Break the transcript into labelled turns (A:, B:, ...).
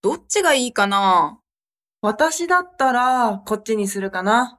A: どっちがいいかな
B: 私だったら、こっちにするかな。